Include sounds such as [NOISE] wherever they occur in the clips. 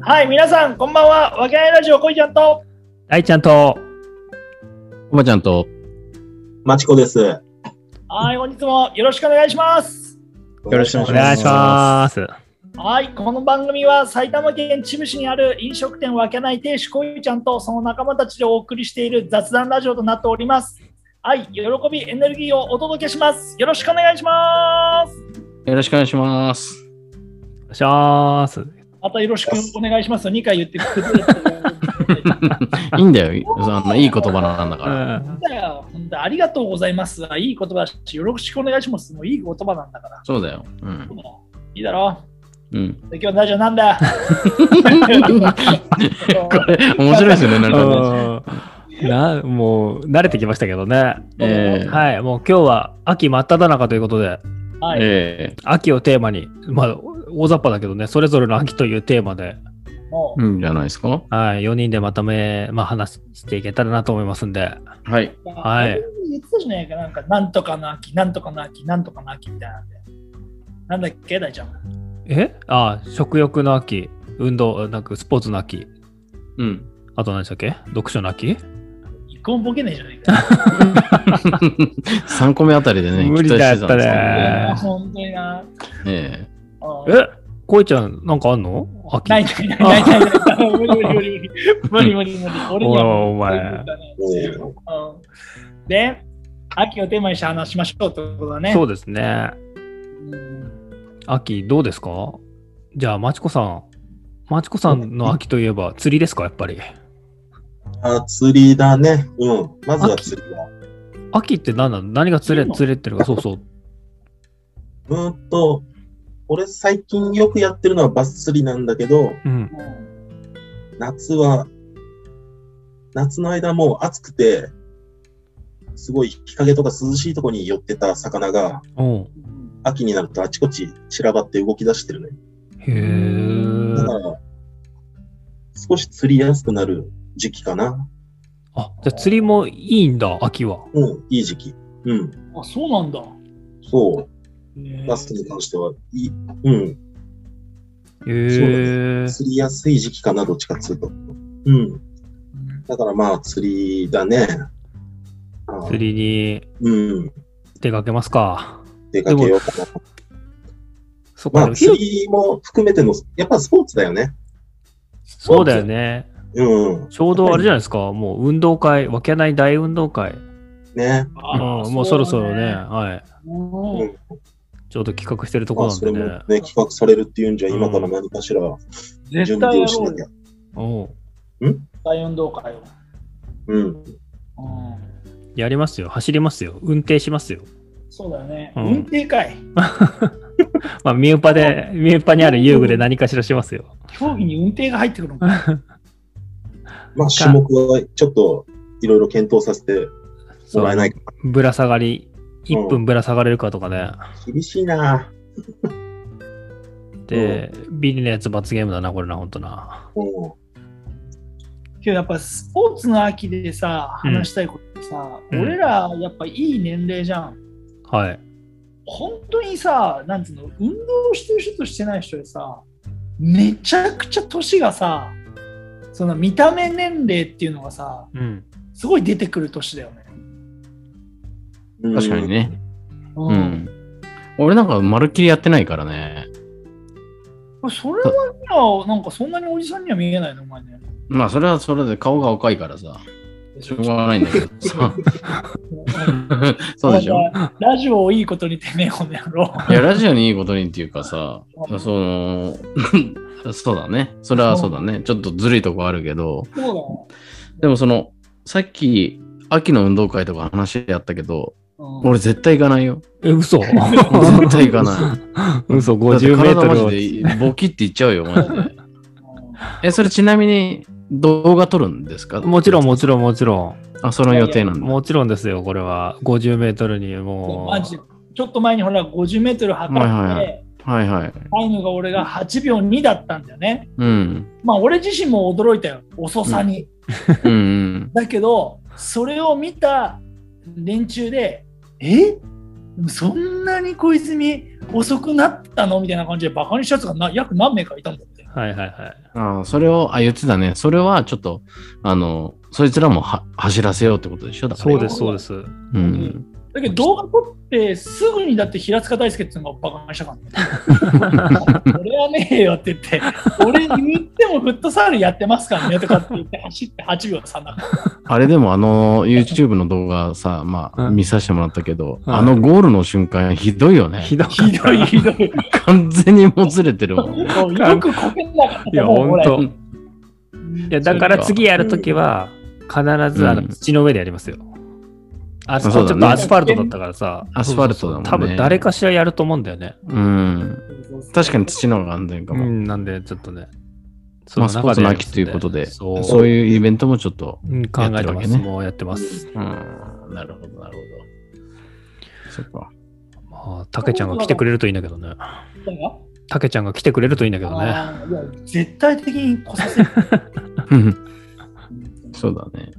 はい、皆さん、こんばんは。わけあいラジオ、こいちゃんと。大ちゃんと、おばちゃんと、マチコです。よはい、本日もよろしくお願いします。ろしくおお願いします。はい、この番組は埼玉県秩父市にある飲食店わけない亭主こいちゃんとその仲間たちでお送りしている雑談ラジオとなっております。はい、喜び、エネルギーをお届けします。よろしくお願いします。よろしくお願いします。お願いします。またよろしくお願いします。2回言ってくれていいんだよ。あのいい言葉なんだうから。ん。だよ。本当ありがとうございますが。いい言葉だし、よろしくお願いします。もういい言葉なんだから。そうだよ。うん。いいだろうん、 [LAUGHS] う。今日のラジオなんだ [LAUGHS] これ、面白いですよね、なんかね。うんなもう慣れてきましたけどね。えーはい、もう今日は秋真っ只中ということで、はい。え秋をテーマに、まあ大雑把だけどね、それぞれの秋というテーマで、もえう、うん、じゃないですか。はい、4人でまとめ、まあ、話していけたらなと思いますんで、はい。はい。言ってたじゃないか、なんか、なんとかの秋、なんとかの秋、なんとかの秋みたいなんで。なんだっけ、大ちゃん。えあ食欲の秋、運動、なんかスポーツの秋、うん。 [LAUGHS] あと何でしたっけ読書の秋一個もボケないじゃないか。 3個目あたりでね、無理だったね期待してたんえー本当にな。ですけどね。えあーえこいちゃん、なんかあんの秋。ないないないないないない。無理無理無理無理無理無理無理無 [LAUGHS] 理。俺にはもうおいお前無理だねうんで、秋をテーマにして話しましょうってことだね。そううですね。ん秋、どうですかじゃあ、まちこさん。まちこさんの秋といえば、釣りですか、やっぱり。あ、釣りだね。うん。まずは釣りだ。秋って何なの何が釣釣るれの釣れてるか、そうそう。うーんと、俺最近よくやってるのはバス釣りなんだけど、ううん。ん夏は、夏の間もう暑くて、すごい日陰とか涼しいとこに寄ってた魚が、おう秋になるとあちこち散らばって動き出してるね。へえだ。から、少し釣りやすくなる時期かな。あ、じゃあ釣りもいいんだ、秋は。うん、いい時期。うん、あ、そうなんだ。そう。ねバスに関しては、いい、うん、へえ。釣りやすい時期かな、どっちかっつうと。うん。だからまあ、釣りだね。ああ釣りにうん。出かけますか。出かけようかな。そっまか、あ、ひろ釣りも含めての、やっぱスポーツだよね。そうだよね。うん。ちょうどあれじゃないですか、もう運動会、わけない大運動会。ね。うん、もうそろそろね、。はい。うんうんちょうど企画してるとこまあ、なんそれでもね。ね、企画されるっていうんじゃ、今から何かしら絶準対備やをしろなうきよゃ。。おう大運動会を。ううん。んやりますよ、走りますよ、運転しますよ。そうだよね。うん運転会。まあ、ミューパで、ミューパにある遊具で何かしらしますよ。競技に運転が入ってくるのか。まあ、種目はちょっと、いろいろ検討させてそもうらえないか。ぶら下がり、うん1分ぶら下がれるかとかね。厳しいな。で、ビリのやつ罰ゲームだな、これな、ほんとな。うん。けどやっぱスポーツの秋でさ、うん話したいことってさ、うん俺らやっぱいい年齢じゃん。はい。本当にさ、なんつうの、運動してる人としてない人でさ、めちゃくちゃ年がさ、その見た目年齢っていうのがさ、うん。すごい出てくる年だよね。うん確かに。ね。うう。ん。俺なんか、まるっきりやってないからね。それはなんかそんなにおじさんには見えないの、お前ね。まあ、それはそれで顔が赤いからさ。しょうがないんだけどさ。そうでしょ [LAUGHS] お前ラジオをいいことにてめえ、この野郎。 [LAUGHS] いや、ラジオにいいことにっていうかさ、その、 [LAUGHS] そうだね。それはそうだね。ちょっとずるいとこあるけど、そうだよ。でもその、さっき、秋の運動会とか話やったけど、うん俺絶対行かないよ。え、 [LAUGHS] 嘘絶絶対行かな [LAUGHS] い。嘘、だって50メート体ルをマ。ジでボキっていっちゃうよ、マジで。 [LAUGHS] うんえ、それちなみに動画撮るんですかもちろん、もちろん、もちろあ、その予定なんん。だ。もちろんですよ、これは。50メートルにもう。マジでちょっと前にほら50メートル測って、はいはいははいはい。タイムが俺が8秒2だったんだよね。うん。まあ俺自身も驚いたよ、遅さに。うんうん。だけど、それを見た連中で、えでもそんなに小泉遅くなったのみたいな感じでバカにしたやつがな約何名かいたんだって。はいはいはい。ああ、それを、あ、言ってたね。それはちょっと、あの、そいつらもは走らせようってことでしょだからそうです、そうです。うん。だけど動画撮ってすぐにだって平塚大輔っていうのがバカにしたから [LAUGHS] ね。俺はねえよって言って、俺言ってもフットサルやってますからねとかって言って走って8秒3だから。 [LAUGHS] あれでもあの YouTube の動画さ、まあ、うん見させてもらったけど、はいあのゴールの瞬間ひどいよねひ。どかったひどいひどい。完全にもつれてるもんね。もうよくこけなかったいや、と思う本俺当。いや、だからそうか次やるときは、必ずあうのん土の上でやりますよ。あそそこうちだねょっとアスファルトだったからさ。アスファルトだもんね多分誰かしらやると思うんだよね。うん。確かに土の方が安全かうも。ん、なんでちょっとね。まあ、スポそ中ーツでやりのま秋すんということで、そうそういうイベントもちょっと。うん考えてまやってす。るわけねもうやってます。うん、なるほど、なるほど。そっか。まあ、たけちゃんが来てくれるといいんだけどね。たけちゃんが来てくれるといいんだけどね。あーいや絶対的に来させる。 [LAUGHS] そうだね。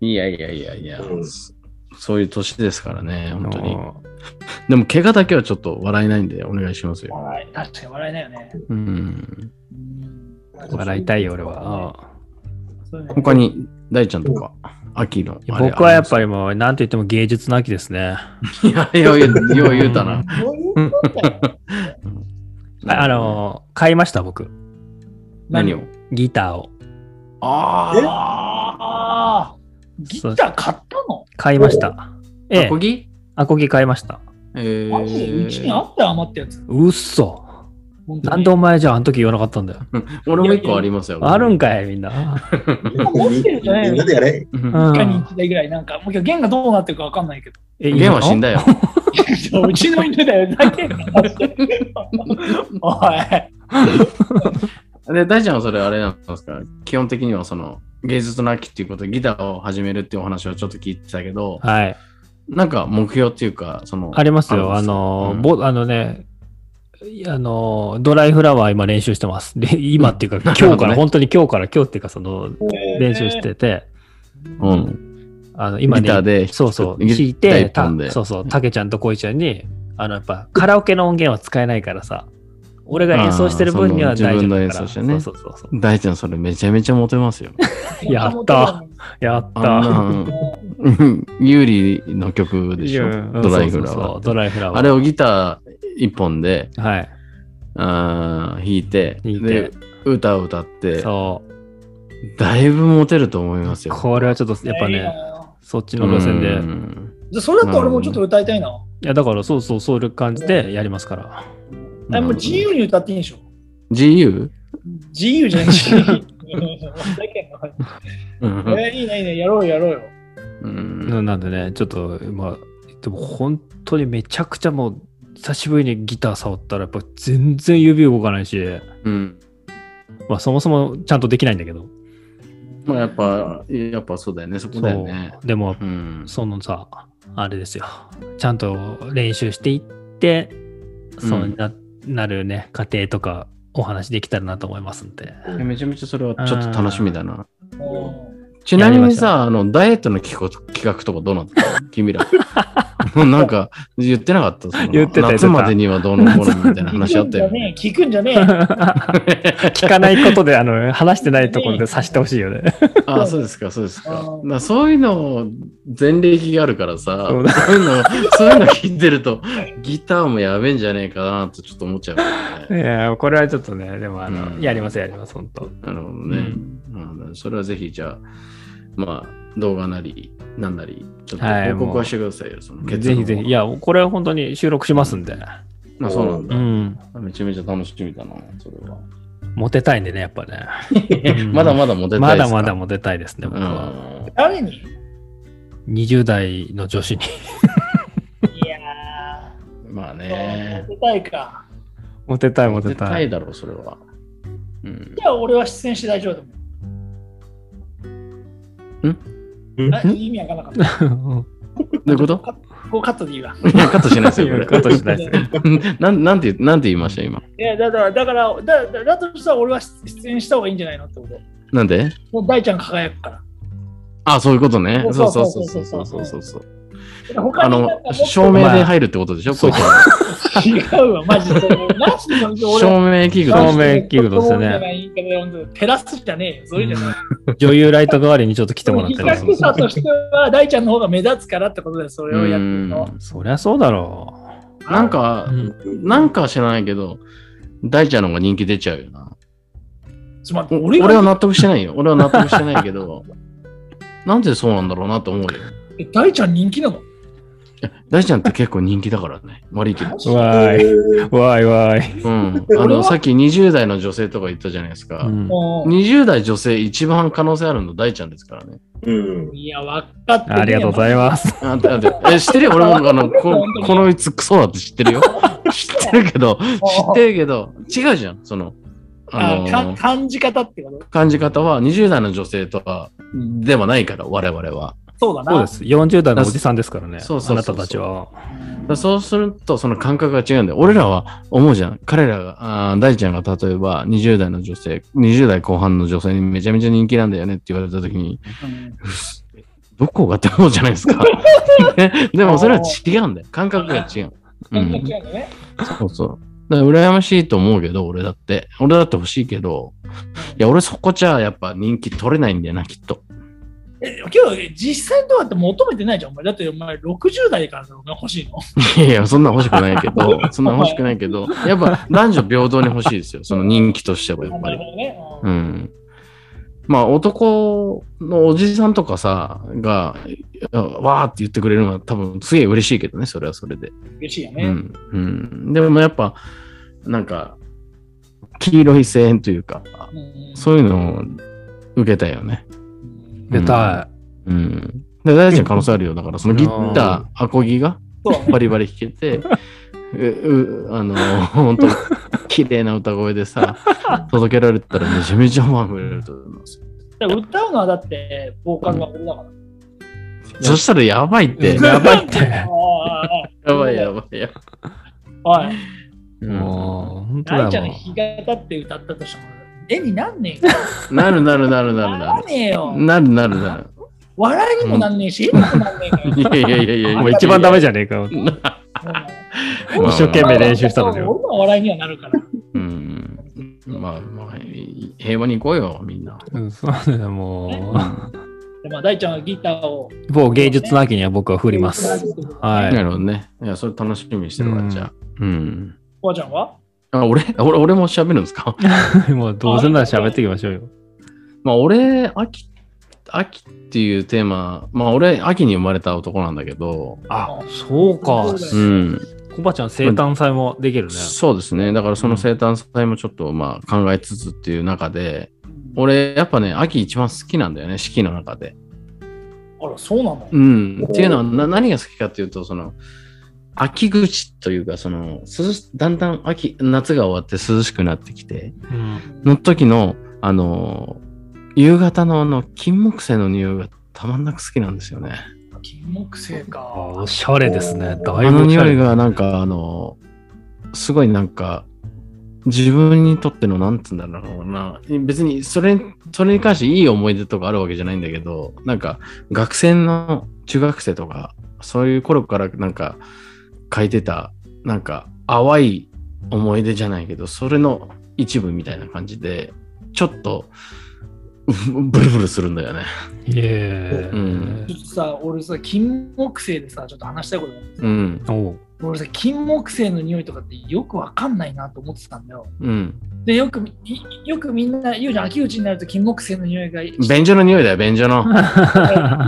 いやいやいやいや、うんそそういう年ですからね、本当にあ。のでも、怪我だけはちょっと笑えないんで、お願いしますよ。笑い確かに笑えないよね。うん。うん笑いたいよ、俺は。うんそうね他に、大ちゃんとか、秋のい。や僕はやっぱり。りもう、なんと言っても芸術の秋ですね。 [LAUGHS] いや、よう言うよう言うたな。どういうことだよ [LAUGHS] ああ、の、買いました、僕。何をギターを。あああ、ギター買ったの買いました。えええアコ、ギアコギ買いました。えマジでうちにあったよ余ったやつ。うっそ。本当になんでお前じゃあ、あの時言わなかったんだよ。俺も一個ありますよ。あるんかい、みんな。持ってるんじゃないみのんなでやれ。う。うん一回にん。一台ぐらい、なんか、もう今日弦がどうなってるかわかんないけど。 [LAUGHS] えゲンは死んだ。だよ。うちの犬だよ、だ [LAUGHS] け。おい。で、大ちゃんはそれあれなんですか基本的にはその芸術の秋っていうことでギターを始めるっていうお話をちょっと聞いてたけど、はい。なんか目標っていうか、その。ありますよ。ああるんですかのう、んぼ、あのね、いやあの、ドライフラワー今練習してます。で今っていうか、今日なるほかどら、ね本当に今日から、今日っていうか、その、練習してて、うん。あの、今ねギターで弾くそうそう、ギ弾いギターて、一本でたそうそう、たけちゃんとこいちゃんに、あの、やっぱ、カラオケの音源は使えないからさ、俺が演奏してる分にはあーその大丈夫だ自分のか演奏ら。してねそうそうそうそう。大ちゃんそれめちゃめちゃモテますよ。やったやったあんなうん有利の曲でしょ、うんドライフラそうそうそワーうってドライフラワー。あれをギター一本で、はい。あー弾いて、弾いてで、歌を歌って、そだいぶモテると思いますう。よ。これはちょっと、やっぱいいなね、そっちの路線で。ういんじゃあそれだったら俺もちょっと歌いたいな。や、だから、そうそう、そういう感じでやりますから。あもう自由に歌っていいんでしょ GU? 自由じゃないし。だけうんどえーいいね、いいね、やろうよやろうよ。うんうんなんでね、ちょっと、まあ、でも本当にめちゃくちゃもう、久しぶりにギター触ったら、やっぱ全然指動かないし、うんまあ、そもそもちゃんとできないんだけど。まあやっぱ、やっぱそうだよね、そこだよね。そうでも、うん。そのさ、あれですよ。ちゃんと練習していって、そうな,、なるね、過程とかお話できたらなと思いますんで。 [LAUGHS] えめちゃめちゃそれはちょっと楽しみだな。うんちなみにさ、あの、ダイエットの企画企画とかどうなった [LAUGHS] の君ら。もうなんか、言ってなかった。その言ってた言ってた夏までにはどうのこうのみたいな話あった [LAUGHS] よね。聞くんじゃねえ。聞くんじゃね [LAUGHS] 聞かないことで、あの、話してないところで察してほしいよね。ああ、そうですか、そうですか。だあかーらそういうの、前歴があるからさ、そそうういうの、そういうの聞いてると、ギターもやべえんじゃねえかなとちょっと思っちゃうよいね。や、これはちょっとね、でも、あの、うんやりますやります、本当なるほどね。うんそれはぜひ、じゃあ、まあ、動画なり、なんなり、ちょっとはい報告はしてくださいよ、そのぜひぜひ。いや、や、これは本当に収録しますんで。まあ、そうなんうだ。ん。めちゃめちゃ楽しみだな、それは。モテたいんでね、やっぱ [LAUGHS] ね。うんまだまだモテたいですかまだまだモテたいですね、僕は。うえ。誰 [LAUGHS] にい20代の女子に。やんまあー、ね。そう歌いか。モテたい、モモテテたたいい。だろう、それは。うんじゃあ俺は出演して大丈夫だもん。うんあ意味わかんなか [LAUGHS] った。どういうことこうカットでいいわ。いやカットしないですよ、これ。カットしないですよ。 [LAUGHS] なんなんて言うなんて言いました、今。いやだから、だから、だだだとしたら俺は出演した方がいいんじゃないのってこと。なんでもう大ちゃんが輝くから。あ、そういうことね。そそううそそううそそううそそううそうそうそう。他あになのんかもっ、と照明で入るってことでしょ、こそういつは違うわ、マジで。マジで、俺。照明器具と照し明器具としてねね。照らすじゃねえよ、それじゃない。女優ライト代わりにちょっと来てもらっ比たりす較る。者としては、大ちゃんの方が目立つからってことで、それをやってるの。そりゃそうだろてなんかう。、うんなんか知らないけど、大ちゃんの方が人気出ちゃうよな。つまり、お俺俺がは納得してないよ。俺は納得してないけど、 [LAUGHS] なんでそうなんだろうなと思うよ。え大ちゃん人気なの大ちゃんって結構人気だからね。悪いけど。わーい。えーわーいわーい。うん。あの、さっき20代の女性とか言ったじゃないですか。うんも20代女性一番可能性あるの大ちゃんですからね。うんう、。いや、分かってるよありがとうございます。あだってえ知ってるよ俺もあのこ、このいつクソだって知ってるよ。 [LAUGHS] 知ってるけど、知ってるけど、違うじゃん。その、ああかの感じ方ってこと感じ方は20代の女性とかではないから、我々は。そうだな。そうです。40代のおじさんですからね。そうあそうそうなそうたたちは。そうすると、その感覚が違うんだよ。俺らは思うじゃん。彼らが、あー大ちゃんが例えば20代の女性、20代後半の女性にめちゃめちゃ人気なんだよねって言われた時に、うんどこがって思うじゃないですか。ねでもそれは違うんだよ。感覚が違う。う感覚ん違、うのね。そうそう。だから羨ましいと思うけど、俺だって。俺だって欲しいけど、いや、俺そこじゃやっぱ人気取れないんだよな、きっと。 [LAUGHS] え、今日、実際とかって求めてないじゃん、お前。だって、お前、60代からだろ、欲しいの。いやいや、そんな欲しくないけど、そんな欲しくないけど、やっぱ男女平等に欲しいですよ。その人気としてはやっぱなるりほ。どね。ううんん。まあ男のおじさんとかさ、が、いやわーって言ってくれるのは多分すげえ嬉しいけどね、それはそれで。嬉しいようね。ん。うん、でもやっぱ、なんか、黄色い声援というか、うんそういうのを受けたよね。うんで出たうん。で大ちゃん可能性あるよ。だから、そのギうター、アコギがそうだねバリバリ弾けて、ううあの、本当綺麗な歌声で [LAUGHS] さ、届けられたらめちゃめちゃファン増えると思いますよ。だから歌うのはだって、ボーカルが俺だから。そしたらやばいっい。て。やば [LAUGHS] いって。やばいやばいやおばい。いおいおい、うんもう、本当大ちだゃんものん。弾き語って歌ったとしても、絵になんねえから。なるなるなるななるならねえよる。。なるなるなる。笑いにもなんねえし、絵にもなんねえから。 [LAUGHS] いやいやいやいや。もう一番ダメじゃねえかよ。うん一生懸命練習したのに俺の笑いにはなるから。うん。まあまあ、い平和に行こうよ、みんな。うんそうだよもでまあ、大ちゃんはギターをう、某芸術の秋には僕は振ります。は。ないるほどね。いや、それ楽しみにしてるわ、じゃあ。うん。おばちゃんはあ、俺、俺、俺も喋るんですか [LAUGHS] [LAUGHS] もう、どうせなら喋っていきましょうよ。まあ、俺、秋、秋っていうテーマ、まあ、俺、秋に生まれた男なんだけど、あ、そうそかう。だようん。コバちゃん生誕祭もできるね。そうですね。だから、その生誕祭もちょっと、まあ、考えつつっていう中で、うん俺、やっぱね、秋一番好きなんだよね、四季の中で。あら、そうなんだ。うん、っていうのはな何が好きかっていうとその秋口というかその涼しだんだん秋夏が終わって涼しくなってきてうん。の時のあの夕方のあの金木犀の匂いがたまんなく好きなんですよね。金木犀あか。おしゃれですね。だいぶあのおしゃ匂れい。がなんかあのすごいなんか自分にとってのなんつうんだろうな別にそれそれに関していい思い出とかあるわけじゃないんだけどなんか学生の中学生とかそういう頃からなんか書いてたなんか淡い思い出じゃないけどそれの一部みたいな感じでちょっと [LAUGHS] うブルブルするんだよね。いえ。うんちょっとさ、俺さ、金木犀でさ、ちょっと話したいことがあってうんお [LAUGHS] う俺さ、金木犀の匂いとかってよくわかんないなと思ってたんだよ。うん、で、よく、いよくみんな言うじゃん、秋口になると金木犀の匂いがいい便所の匂いだよ便所の。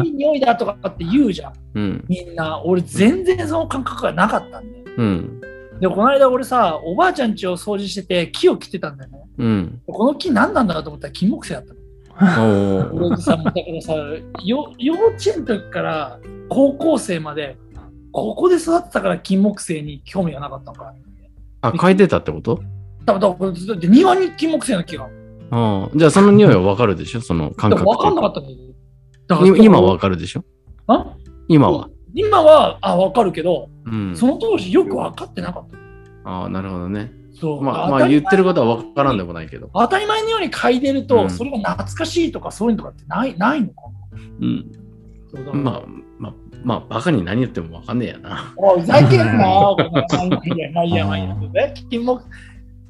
いい匂いだとかって言うじゃん、うんみんな。俺、全然その感覚がなかったんだよ。うんで、この間俺さ、おばあちゃん家を掃除してて、木を切ってたんだよね。うんこの木何なんだろうと思ったら金木犀だったの。おー俺さ、もうだからさ、よ幼稚園の時から高校生まで、ここで育ってたから金木犀に興味がなかったのか。あ、嗅いでたってこと多分だからこれずっと庭に金木犀の木が。うん。じゃあその匂いはわかるでしょその感だか覚ら分というかんなかったんだよ。だからい今はわかるでしょあ今は。今はあ分かるけど、うん。その当時よく分かってなかった。ああ、なるほどね。そうまあ、当またあり言ってることはわからんでもないけど。当たり前のように嗅いでると、うんそれが懐かしいとかそういうのとかってないないのかなうん。まあ、まあ、まあ、バカに何言ってもわかんねえやな。おいふざけんなよ。いや、まあいいや、まあいいや。え、金木、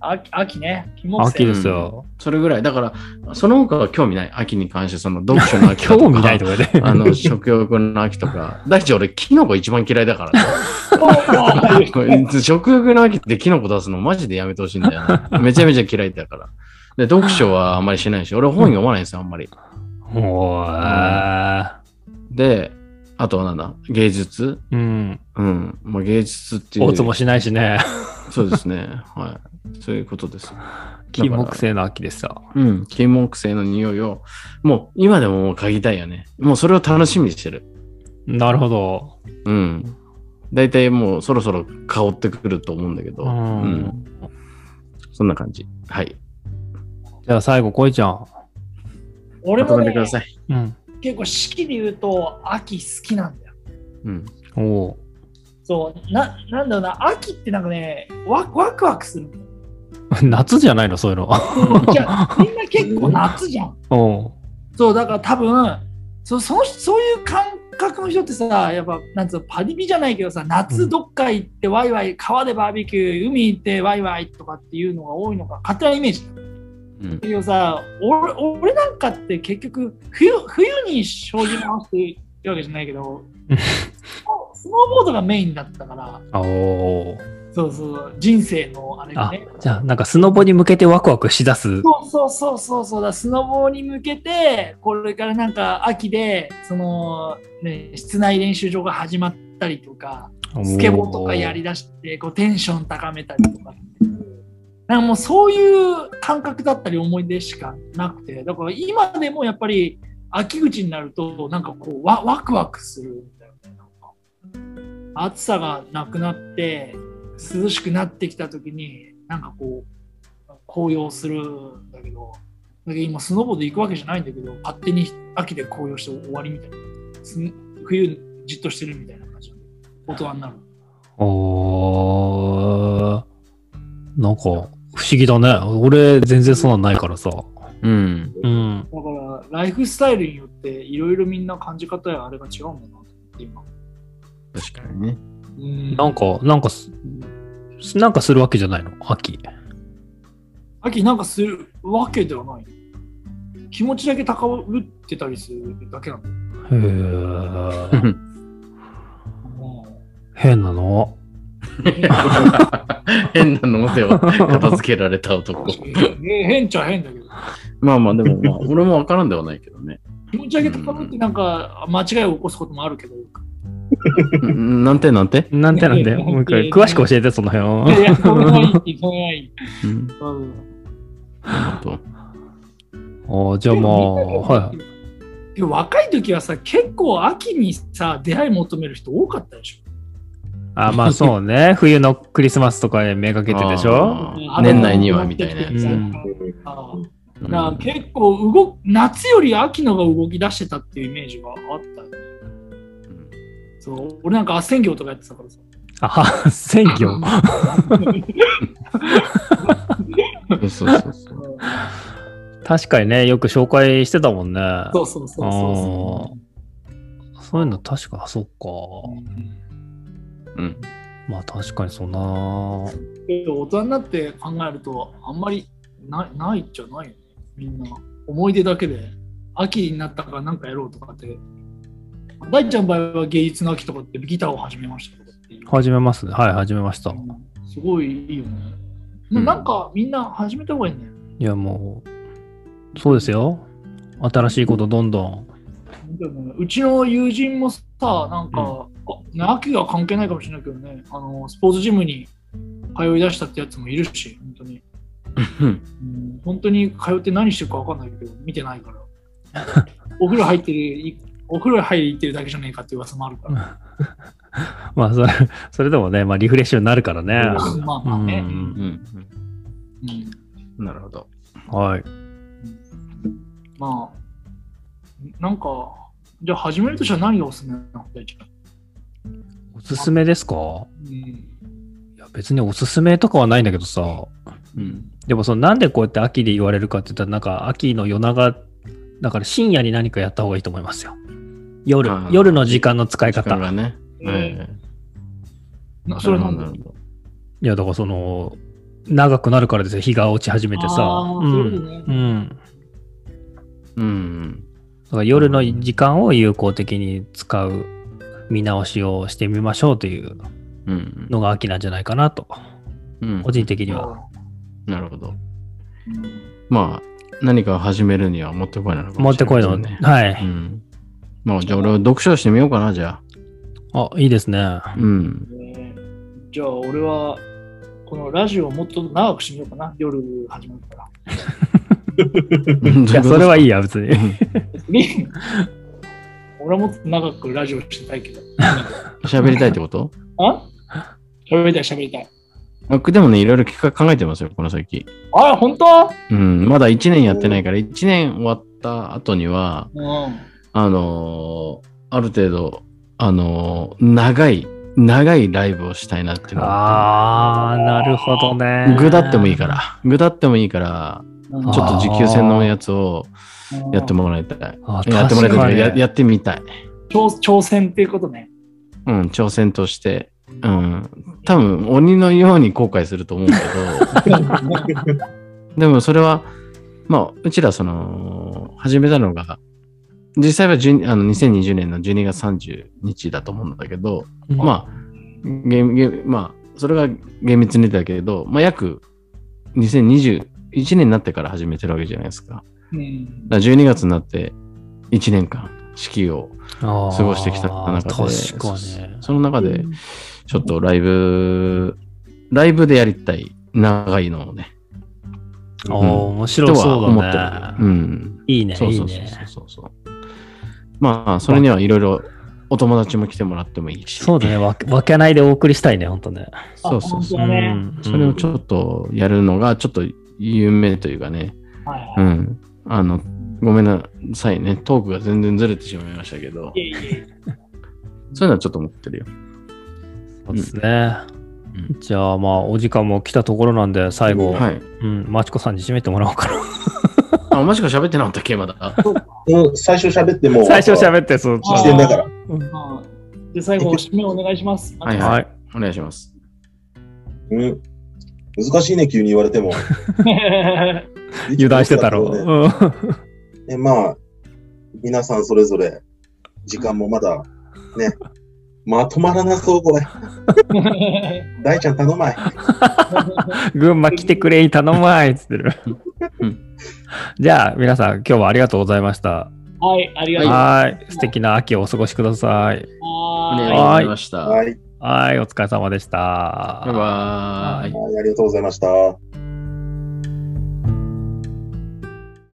秋秋ね。金木犀秋ですよ。それぐらい。だから、その他は興味ない。秋に関して、その読書の秋と [LAUGHS] か。興味ないとか [LAUGHS] ね。あの、食欲の秋とか。大地、俺、キノコ一番嫌いだからね。 [LAUGHS] これ食欲の秋ってキノコ出すのマジでやめてほしいんだよ [LAUGHS] な。めちゃめちゃ嫌いだから。で、読書はあんまりしないし、俺本読まないんですよ、あんまり。 [LAUGHS] おー。で、あとはなんだ芸術うん。うん。まあ、芸術っていう。大ツもしないし [LAUGHS] ね。そうですね。はい。そういうことです。 [LAUGHS] 金木犀の秋でさ。うん。金木犀の匂いを、もう今でももう嗅ぎたいよね。もうそれを楽しみにしてる。なるほど。うん。大体もうそろそろ香ってくると思うんだけど、うんそんな感じ。はい。じゃあ最後、こいちゃん。俺まとも、めねてく、ださい。うん。結構四季で言うと秋好きなんだよ。うん。おおそう、な、なんだろうな、秋ってなんかね、ワワクワクする。ー。 [LAUGHS] 夏じゃないの、そういうの。いや、 [LAUGHS] みんな結構夏じゃん。 [LAUGHS] おそう、だから多分、そそのそういう感覚の人ってさ、やっぱ、なんつうの、パリピじゃないけどさ、夏どっか行ってワイワイ、川でバーベキュー、海行ってワイワイとかっていうのが多いのが勝手なイメージ。うんだけどさ俺俺なんかって結局冬冬に障子回してるわけじゃないけどスノーボードがメインだったからお。おお。そうそう人生のあれがあね、じゃあ、なんかスノボに向けてワクワクしだす。そうそうそうそうそうだスノボーに向けてこれからなんか秋でその、ね、室内練習場が始まったりとかスケボーとかやりだしてこうテンション高めたりとか。なんかもうそういう感覚だったり思い出しかなくてだから今でもやっぱり秋口になるとなんかこうワワクワクするんだよねなんか暑さがなくなって涼しくなってきた時になんかこう紅葉するんだけどだけど今スノボで行くわけじゃないんだけど勝手に秋で紅葉して終わりみたいなす冬じっとしてるみたいな感じなんで大人になる。おおー。なんか、不思議だね。俺、全然そんなんないからさ。うん。うん。だから、ライフスタイルによって、いろいろみんな感じ方やあれが違うもんなって、今。確かにね。うんなんか、なんかす、なんかするわけじゃないの秋。秋なんかするわけではない。気持ちだけ高ぶってたりするだけなの。へ [LAUGHS] え。う変なの。 [LAUGHS] 変なので [LAUGHS] は片付けられた男。ん、え変っちゃ変だけど。まあまあ、でも [LAUGHS] まあ、俺もわからんではないけどね。気持ちだけ高ぶって、なんか、間違いを起こすこともあるけど。うんなんてなんて、なんてなんで、 [LAUGHS] もう一回、詳しく教えて、その辺を [LAUGHS] い。やいや、それはいい、それはいい。うん、うんなるほどあーじゃあまあ、はい。。でも若い時はさ、結構秋にさ、出会い求める人多かったでしょ。あまあそうね。冬のクリスマスとかへめがけてでしょあー年内にはみたいなやつうんあーうんだから結構動く夏より秋のが動き出してたっていうイメージがあったよね、そう俺なんか斡旋業とかやってたからさ [LAUGHS] あは、選挙。そうそうそうそう。確かにね、よく紹介してたもんね。そうそうそうそうそそういうの確か、そっうか。うん。まあ確かにそんな。けど大人になって考えるとあんまりないないっちゃないよねみんな思い出だけで秋になったからなんかやろうとかって大ちゃんの場合は芸術の秋とかってギターを始めましたとかっていう始めますね。はい、始めました。いすごいいいよね、うんなんかみんな始めた方がいいねや、もう、そうですよ。新しいことどんどん。でもねうちの友人もさ、なんか、あ秋が関係ないかもしれないけどね、あのスポーツジムに通い出したってやつもいるし、本当に。うん本当に通って何してるか分かんないけど、見てないから。お風呂入ってる、いお風呂入り行ってるだけじゃねえかっていう噂もあるから。まあ、それ、それでもね、まあリフレッシュになるからね。まあまあね。ううんん。うんなるほど。はい。まあ、なんか、じゃあ始めるとしたら何がおすすめなの大ちゃんおすすめですかうんいや、別におすすめとかはないんだけどさ。うん。でもそのなんでこうやって秋で言われるかって言ったらなんか秋の夜長だから深夜に何かやった方がいいと思いますよ。夜あー、夜の時間の使い時方。間がね。うんええなそれなんだなろるほどいや、だからその、長くなるからですよ、日が落ち始めてさ。あーうそういうことん。ねうん。うん。だから夜の時間を有効的に使う見直しをしてみましょうといううん。のが秋なんじゃないかなと、うん個人的には。あなるほど。ーまあ、何かを始めるにはもってこいなのか持もっしてれこいませのんね。はうい。ん。まあ、じゃあ俺は読書してみようかな、じゃあ、いいです [LAUGHS] ね。あ。 [LAUGHS] うん。ねじゃあ俺はこのラジオをもっと長くしてみようかな夜始まるからいや、それはいいい。や、別に。別に [LAUGHS] 俺はもっと長くラジオしてたいけど喋りたいってことあ喋りたい喋りたい僕でもね、いろいろ企画考えてますよ、この先。あ本当うん。まだ1年やってないから、1年終わった後には、うんあのーある程度、あのー長い、長いライブをしたいなっていうのがああっー、なるほどてね。具だってもいいから、具だってもいいから、うんちょっと持久戦のやつをやってもらいたい。あ。やってもらい確たいというかかやにやってみたい。挑挑戦っていうこと [LAUGHS] ね。うん、挑戦として。うん。多分、鬼のように後悔すると思うけど、でもそれは、まあ、うちらその、始めたのが、実際は10あの2020年の12月30日だと思うんだけど、まあ、厳厳まあ、それが厳密に言うとだけど、まあ、約2021年になってから始めてるわけじゃないですか。うんだから12月になって1年間、式をあー過ごしてきた中で、確かにそ。その中で、ちょっとライブ、ライブでやりたい長いのをね、あー、面白とはそう思ってだる。うね。ん。いいね、そういいそうそうね。そうそうそう。まあ、それにはいろいろお友達も来てもらってもいいし、そうだね、わわけないでお送りしたいね、ほんとね。そうそうそう。だねうんそれをちょっとやるのが、ちょっと有名というかね、はいはうん。あの、ごめんなさいね、トークが全然ずれてしまいましたけどい。、いえいえ。そういうのはちょっと思ってるよ。そうですね。うじゃあ、まあ、お時間も来たところなんで、最後、はい。うん、マチコさんに締めてもらおうかな。あ、もしか喋ってなかったっけ、まだ。うん、最初喋っても、最初喋って、そう。あー視点だから。まあで、最後、締めお願いします。はいは。はいお願いします。うん。難しいね、急に言われても。 [LAUGHS] [LAUGHS] 油断してたろねう。で、まあ、皆さんそれぞれ、時間もまだ、ね、まとまらなそう、これ。大ちゃん頼まい。うん群馬来てくれに頼むわいっつってるうん。じゃあ、皆さん、今日はありがとうございました。はい、ありがとうございはい。素敵な秋をお過ごしください。お願いましす。はまいした。ははい。い、お疲れ様でした。バイバーイ。はい、ありがとうございました。